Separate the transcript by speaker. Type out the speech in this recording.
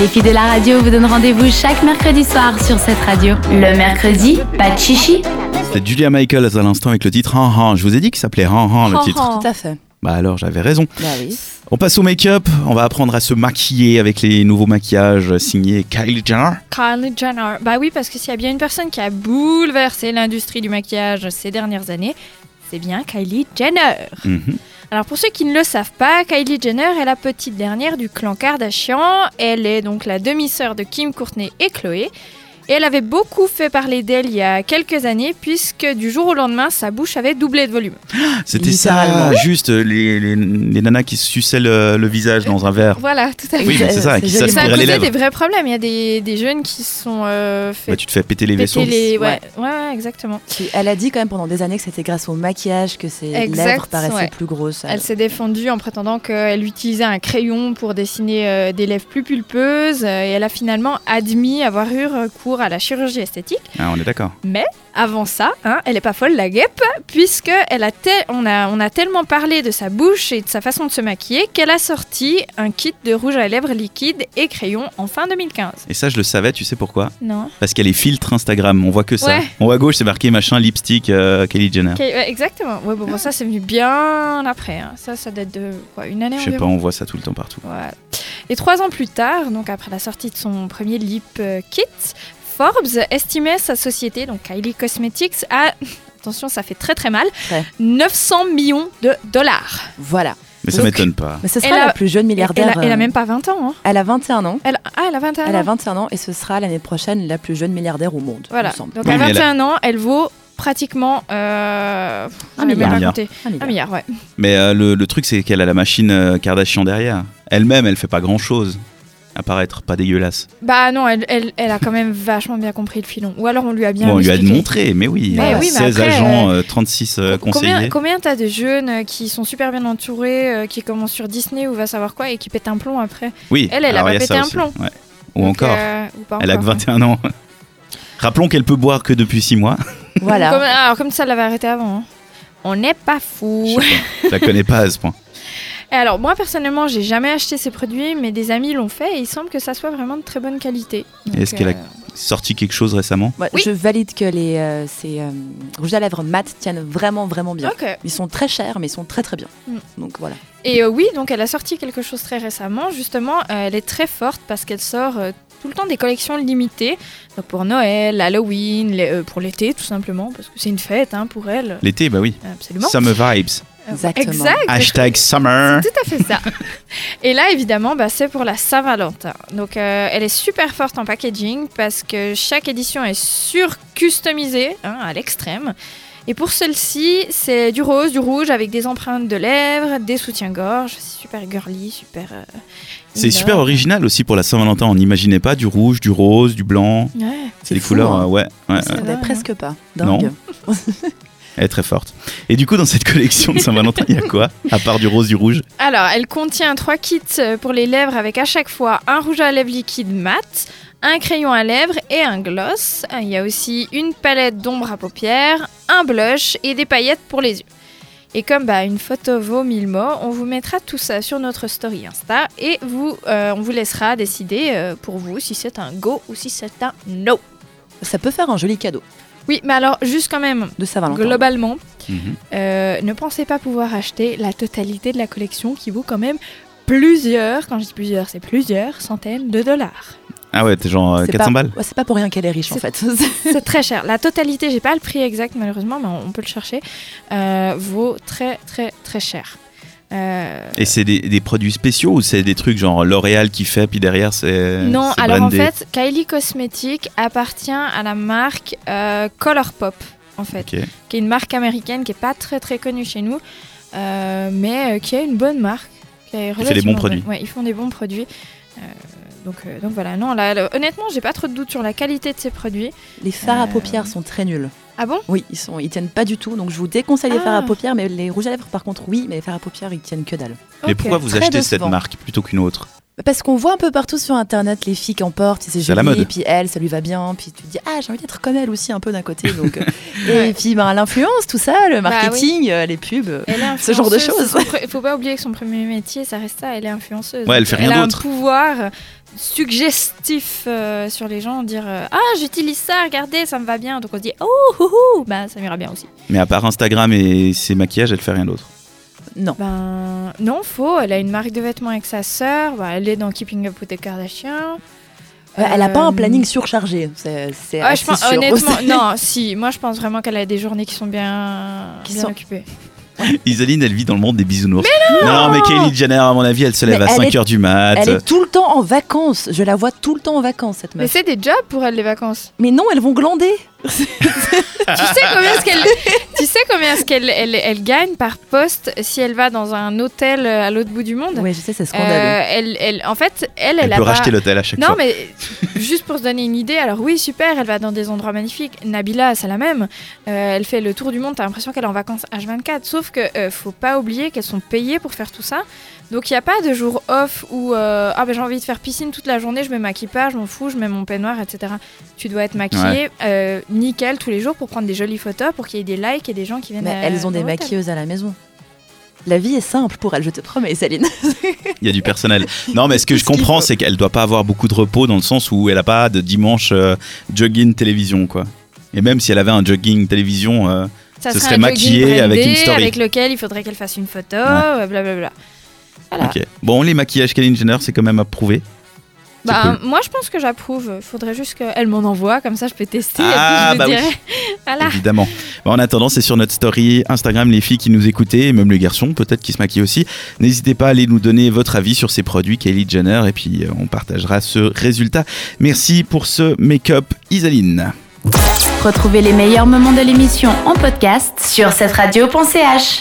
Speaker 1: Les filles de la radio vous donnent rendez-vous chaque mercredi soir sur cette radio. Le mercredi, pas de chichi.
Speaker 2: C'était Julia Michaels à l'instant avec le titre Han Han. Je vous ai dit qu'il s'appelait Han Han le
Speaker 3: Oh,
Speaker 2: titre.
Speaker 3: oh.
Speaker 4: Tout à fait.
Speaker 2: Bah alors j'avais raison.
Speaker 4: Bah oui.
Speaker 2: On passe au make-up, on va apprendre à se maquiller avec les nouveaux maquillages signés Kylie Jenner.
Speaker 3: Kylie Jenner. Bah oui, parce que s'il y a bien une personne qui a bouleversé l'industrie du maquillage ces dernières années, c'est bien Kylie Jenner.
Speaker 2: Mhm.
Speaker 3: Alors pour ceux qui ne le savent pas, Kylie Jenner est la petite dernière du clan Kardashian. Elle est donc la demi-sœur de Kim, Courtney et Chloé. Et elle avait beaucoup fait parler d'elle il y a quelques années, puisque du jour au lendemain, sa bouche avait doublé de volume.
Speaker 2: C'était ça,
Speaker 4: Littéralement.
Speaker 2: juste euh, les, les- les nanas qui se suçaient le, le visage dans un verre.
Speaker 3: Voilà, tout à fait.
Speaker 2: Oui, mais c'est ça,
Speaker 4: C'est
Speaker 2: qui
Speaker 4: joli.
Speaker 3: Ça a
Speaker 2: s'aspiraient les
Speaker 3: causé
Speaker 2: lèvres.
Speaker 3: des vrais problèmes. Il y a des, des jeunes qui se sont euh, fait
Speaker 2: Bah, tu te fais péter les
Speaker 3: péter
Speaker 2: vaisseaux.
Speaker 3: les- Ouais, ouais,
Speaker 4: Ouais.
Speaker 3: ouais, exactement.
Speaker 4: Qui- Elle a dit quand même pendant des années que c'était grâce au maquillage que ses
Speaker 3: Exact,
Speaker 4: lèvres paraissaient
Speaker 3: ouais.
Speaker 4: plus grosses.
Speaker 3: Elle s'est défendue en prétendant qu'elle utilisait un crayon pour dessiner euh, des lèvres plus pulpeuses euh, et elle a finalement admis avoir eu recours à la chirurgie esthétique.
Speaker 2: Ah, on est d'accord.
Speaker 3: Avant ça, hein, elle est pas folle la guêpe, puisque elle a tel- on, a, on a tellement parlé de sa bouche et de sa façon de se maquiller qu'elle a sorti un kit de rouge à lèvres liquide et crayon en fin 2015.
Speaker 2: Et ça, je le savais, tu sais pourquoi
Speaker 3: Non
Speaker 2: Parce qu'elle est filtre Instagram, on voit que ça.
Speaker 3: Ouais.
Speaker 2: En haut à gauche, c'est marqué machin lipstick euh, Kylie Jenner.
Speaker 3: Ok, ouais, Exactement. Ouais, bon, bon, ça c'est venu bien après. hein. Ça, ça date de quoi, une année
Speaker 2: Je sais
Speaker 3: environ
Speaker 2: pas, on voit ça tout le temps partout.
Speaker 3: Voilà. Et trois ans plus tard, donc après la sortie de son premier lip euh, kit, Forbes estimait sa société, donc Kylie Cosmetics, à, attention ça fait très très mal,
Speaker 4: Ouais.
Speaker 3: 900 millions de dollars.
Speaker 4: Voilà.
Speaker 2: Mais ça
Speaker 4: Donc-
Speaker 2: m'étonne pas.
Speaker 4: Mais ce
Speaker 3: Elle
Speaker 4: sera
Speaker 3: a-
Speaker 4: la plus jeune
Speaker 3: Et-
Speaker 4: milliardaire.
Speaker 3: elle, a, elle a
Speaker 4: euh,
Speaker 3: même pas 20 ans. hein.
Speaker 4: elle a 21 ans.
Speaker 3: Elle, ah, elle a 21
Speaker 4: Elle
Speaker 3: ans.
Speaker 4: a 21 ans et ce sera l'année prochaine la plus jeune milliardaire au monde.
Speaker 3: Voilà.
Speaker 4: il me semble.
Speaker 3: Donc
Speaker 2: Oui,
Speaker 3: à
Speaker 2: mais elle a-
Speaker 3: 21 ans, elle vaut pratiquement... Euh,
Speaker 4: Un
Speaker 3: j'avais
Speaker 4: milliard.
Speaker 3: même pas compté.
Speaker 4: Un milliard.
Speaker 3: Un milliard, ouais.
Speaker 2: Mais euh, le, le truc, c'est qu'elle a la machine euh, Kardashian derrière. Elle-même, elle fait pas grand-chose. Apparaître pas dégueulasse.
Speaker 3: Bah non, elle, elle- elle a quand même vachement bien compris le filon. Ou alors on lui a bien
Speaker 2: bon, on lui a
Speaker 3: expliqué.
Speaker 2: montré, mais oui.
Speaker 3: Mais
Speaker 2: euh,
Speaker 3: oui, mais
Speaker 2: 16
Speaker 3: après,
Speaker 2: agents, euh, 36 euh,
Speaker 3: Combien,
Speaker 2: conseillers.
Speaker 3: combien t'as de jeunes euh, qui sont super bien entourés, euh, qui commencent sur Disney ou va savoir quoi et qui pètent un plomb après
Speaker 2: Oui,
Speaker 3: Elle, elle a
Speaker 2: alors
Speaker 3: pas
Speaker 2: il y
Speaker 3: pété
Speaker 2: ça
Speaker 3: un
Speaker 2: aussi.
Speaker 3: plomb.
Speaker 2: Ouais. Ou
Speaker 3: Donc,
Speaker 2: encore,
Speaker 3: euh, ou pas
Speaker 2: elle a que
Speaker 3: encore, hein.
Speaker 2: 21 ans. Rappelons qu'elle peut boire que depuis 6 mois.
Speaker 3: Comme,
Speaker 4: Voilà.
Speaker 3: alors, comme ça, elle l'avait arrêté avant. hein. On n'est pas
Speaker 2: Je
Speaker 3: fou.
Speaker 2: sais pas, Je la connais pas à ce point.
Speaker 3: Et Alors, moi, personnellement, j'ai jamais acheté ces produits, mais des amis l'ont fait et il semble que ça soit vraiment de très bonne qualité. Donc,
Speaker 2: Est-ce qu'elle a
Speaker 3: euh,
Speaker 2: sorti quelque chose récemment
Speaker 4: Moi,
Speaker 3: Oui.
Speaker 4: Je valide que les, euh, ces euh, rouges à lèvres mat tiennent vraiment, vraiment bien.
Speaker 3: Ok.
Speaker 4: Ils sont très chers, mais ils sont très, très bien.
Speaker 3: Oh. Mm.
Speaker 4: Donc voilà.
Speaker 3: Et euh, oui, donc elle a sorti quelque chose très récemment. Justement, euh, elle est très forte parce qu'elle sort euh, tout le temps des collections limitées. Donc pour Noël, Halloween, les- euh, pour l'été tout simplement, parce que c'est une fête hein, pour elle.
Speaker 2: L'été, bah oui.
Speaker 3: Absolument.
Speaker 2: Summer vibes.
Speaker 3: Euh,
Speaker 4: Exactement.
Speaker 3: Exact.
Speaker 2: Hashtag summer.
Speaker 3: Tout à fait ça. Et là, évidemment, bah, c'est pour la Saint-Valentin. Donc, euh, elle est super forte en packaging parce que chaque édition est sur-customisée hein, à l'extrême. Et pour celle-ci, c'est du rose, du rouge avec des empreintes de lèvres, des soutiens-gorge. C'est super girly, super. euh,
Speaker 2: C'est
Speaker 3: inner.
Speaker 2: super original aussi pour la Saint-Valentin. On n'imaginait pas du rouge, du rose, du blanc.
Speaker 3: Ouais.
Speaker 2: C'est
Speaker 4: C'est
Speaker 2: des
Speaker 4: fou,
Speaker 2: couleurs,
Speaker 4: hein.
Speaker 2: euh, ouais. ouais,
Speaker 4: Ça
Speaker 2: ouais.
Speaker 3: C'est
Speaker 4: n'avait
Speaker 3: dingue,
Speaker 4: presque pas.
Speaker 2: Non.
Speaker 4: Dingue.
Speaker 2: Elle est très forte. Et du coup, dans cette collection de Saint-Valentin, il y a quoi À part du rose, du rouge
Speaker 3: Alors, elle contient trois kits pour les lèvres avec à chaque fois un rouge à lèvres liquide mat, un crayon à lèvres et un gloss. Il y a aussi une palette d'ombre à paupières, un blush et des paillettes pour les yeux. Et comme bah, une photo vaut mille mots, on vous mettra tout ça sur notre story Insta et vous, euh, on vous laissera décider euh, pour vous si c'est un go ou si c'est un no.
Speaker 4: Ça peut faire un joli cadeau
Speaker 3: Oui, mais alors juste quand même,
Speaker 4: de Saint-Valentin.
Speaker 3: globalement,
Speaker 2: Mhm.
Speaker 3: euh, ne pensez pas pouvoir acheter la totalité de la collection qui vaut quand même plusieurs, quand je dis plusieurs, c'est plusieurs centaines de dollars.
Speaker 2: Ah ouais, t'es genre euh,
Speaker 4: C'est
Speaker 2: 400
Speaker 4: pas-
Speaker 2: balles
Speaker 4: Ouais, c'est pas pour rien qu'elle est riche en fait.
Speaker 3: C'est très cher. La totalité, j'ai pas le prix exact malheureusement, mais on peut le chercher, euh, vaut très très très cher. Euh,
Speaker 2: Et c'est des, des produits spéciaux ou c'est des trucs genre L'Oréal qui fait, puis derrière c'est.
Speaker 3: non,
Speaker 2: Euh, c'est
Speaker 3: alors en
Speaker 2: brandé
Speaker 3: fait, Kylie Cosmetics appartient à la marque euh, Colourpop, en fait,
Speaker 2: Ok.
Speaker 3: qui est une marque américaine qui est pas très très connue chez nous, euh, mais euh, qui est une bonne marque. qui est
Speaker 2: des
Speaker 3: relativement
Speaker 2: bons produits.
Speaker 3: bonne. Ouais, ils font des bons produits. Euh, donc, euh, donc voilà, non, là, là, honnêtement, j'ai pas trop de doutes sur la qualité de ces produits.
Speaker 4: les fards à
Speaker 3: Euh.
Speaker 4: paupières sont très nuls.
Speaker 3: Ah bon
Speaker 4: Oui, ils sont, ils tiennent pas du tout. Donc je vous déconseille les fards à
Speaker 3: Ah.
Speaker 4: paupières, mais les rouges à lèvres par contre oui, mais les fards à paupières ils tiennent que dalle.
Speaker 2: Mais
Speaker 3: Ok.
Speaker 2: pourquoi vous
Speaker 4: Très
Speaker 2: achetez cette
Speaker 4: décevant.
Speaker 2: marque plutôt qu'une autre
Speaker 4: Parce qu'on voit un peu partout sur internet les filles qui en portent, c'est
Speaker 2: C'est la
Speaker 4: joli,
Speaker 2: mode.
Speaker 4: et puis elle, ça lui va bien, puis tu te dis ah j'ai envie d'être comme elle aussi un peu d'un côté. Donc euh,
Speaker 3: Ouais.
Speaker 4: et puis ben l'influence, tout ça, le
Speaker 3: Bah oui.
Speaker 4: marketing, euh, les pubs.
Speaker 3: Elle est
Speaker 4: Ce genre de
Speaker 3: influenceuse,
Speaker 4: choses.
Speaker 3: c'est son pre- Faut pas oublier que son premier métier, ça reste ça, elle est influenceuse.
Speaker 2: Ouais, elle
Speaker 3: Donc,
Speaker 2: fait rien
Speaker 3: Elle a un
Speaker 2: d'autre.
Speaker 3: pouvoir suggestif euh, sur les gens, dire euh, Ah, j'utilise ça, regardez, ça me va bien. Donc on se dit Oh, oh, oh bah, ça m'ira bien aussi.
Speaker 2: Mais à part Instagram et ses maquillages, elle fait rien d'autre.
Speaker 4: Non.
Speaker 3: Ben non, faux. Elle a une marque de vêtements avec sa sœur. Ben, elle est dans Keeping Up with the Kardashians.
Speaker 4: Ouais, Elle n'a pas
Speaker 3: Euh,
Speaker 4: un planning surchargé. C'est c'est
Speaker 3: Ah,
Speaker 4: assez
Speaker 3: je pense,
Speaker 4: sûr.
Speaker 3: honnêtement, non, si. Moi, je pense vraiment qu'elle a des journées qui sont bien,
Speaker 4: Qui
Speaker 3: bien
Speaker 4: sont-
Speaker 3: occupées.
Speaker 2: Isaline, elle vit dans le monde des bisounours. Mais non, mais Kylie Jenner, à mon avis, elle se lève
Speaker 4: Mais
Speaker 2: à
Speaker 4: elle
Speaker 2: 5h du mat.
Speaker 4: Elle est tout le temps en vacances. Je la vois tout le temps en vacances, cette
Speaker 3: Mais
Speaker 4: meuf.
Speaker 3: c'est des jobs pour elle, les vacances.
Speaker 4: Mais, non, elles vont glander.
Speaker 3: tu sais combien est-ce qu'elle, tu sais combien est-ce qu'elle elle, elle gagne par poste si elle va dans un hôtel euh, à l'autre bout du monde
Speaker 4: Ouais, je sais, c'est scandaleux.
Speaker 3: Euh, elle, elle, en fait, elle, elle,
Speaker 2: Elle
Speaker 3: a
Speaker 2: peut
Speaker 3: pas-
Speaker 2: racheter l'hôtel à chaque
Speaker 3: Non,
Speaker 2: fois.
Speaker 3: mais juste pour se donner une idée, alors oui, super, elle va dans des endroits magnifiques. Nabila, c'est la même. Euh, elle fait le tour du monde, t'as l'impression qu'elle est en vacances H24. Sauf que euh, faut pas oublier qu'elles sont payées pour faire tout ça. Donc il n'y a pas de jour off où euh, ah, ben, j'ai envie de faire piscine toute la journée, je me maquille pas, je m'en fous, je mets mon peignoir, etc. Tu dois être maquillée euh, nickel tous les jours pour prendre des jolies photos, pour qu'il y ait des likes et des gens qui viennent.
Speaker 4: Mais
Speaker 3: euh,
Speaker 4: elles ont des
Speaker 3: dans l'hôtel.
Speaker 4: maquilleuses à la maison. La vie est simple pour elles, je te promets, Céline.
Speaker 2: Il y a du personnel. Non, mais ce que je
Speaker 4: Tout ce qu'il
Speaker 2: comprends,
Speaker 4: faut.
Speaker 2: c'est qu'elle doit pas avoir beaucoup de repos dans le sens où elle a pas de dimanche euh, jogging télévision, quoi. Et même si elle avait un jogging télévision, euh,
Speaker 3: Ça
Speaker 2: Ce
Speaker 3: serait,
Speaker 2: serait
Speaker 3: un
Speaker 2: maquillé
Speaker 3: jogging
Speaker 2: avec
Speaker 3: brandé
Speaker 2: une story.
Speaker 3: Avec lequel il faudrait qu'elle fasse une photo, euh, blablabla. Voilà.
Speaker 2: ok. Bon, les maquillages Kylie Jenner, c'est quand même approuvé. C'est
Speaker 3: Bah, Moi, je pense que j'approuve. Faudrait juste qu'elle m'en envoie, comme ça je peux tester.
Speaker 2: Ah,
Speaker 3: et
Speaker 2: bah
Speaker 3: puis je
Speaker 2: oui.
Speaker 3: me dirai. voilà.
Speaker 2: Évidemment. Bon, en attendant, c'est sur notre story Instagram, les filles qui nous écoutez, et même les garçons, peut-être qui se maquillent aussi. N'hésitez pas à aller nous donner votre avis sur ces produits Kylie Jenner, et puis euh, on partagera ce résultat. Merci pour ce make-up, Isaline.
Speaker 1: Retrouvez les meilleurs moments de l'émission en podcast sur cette radio.ch.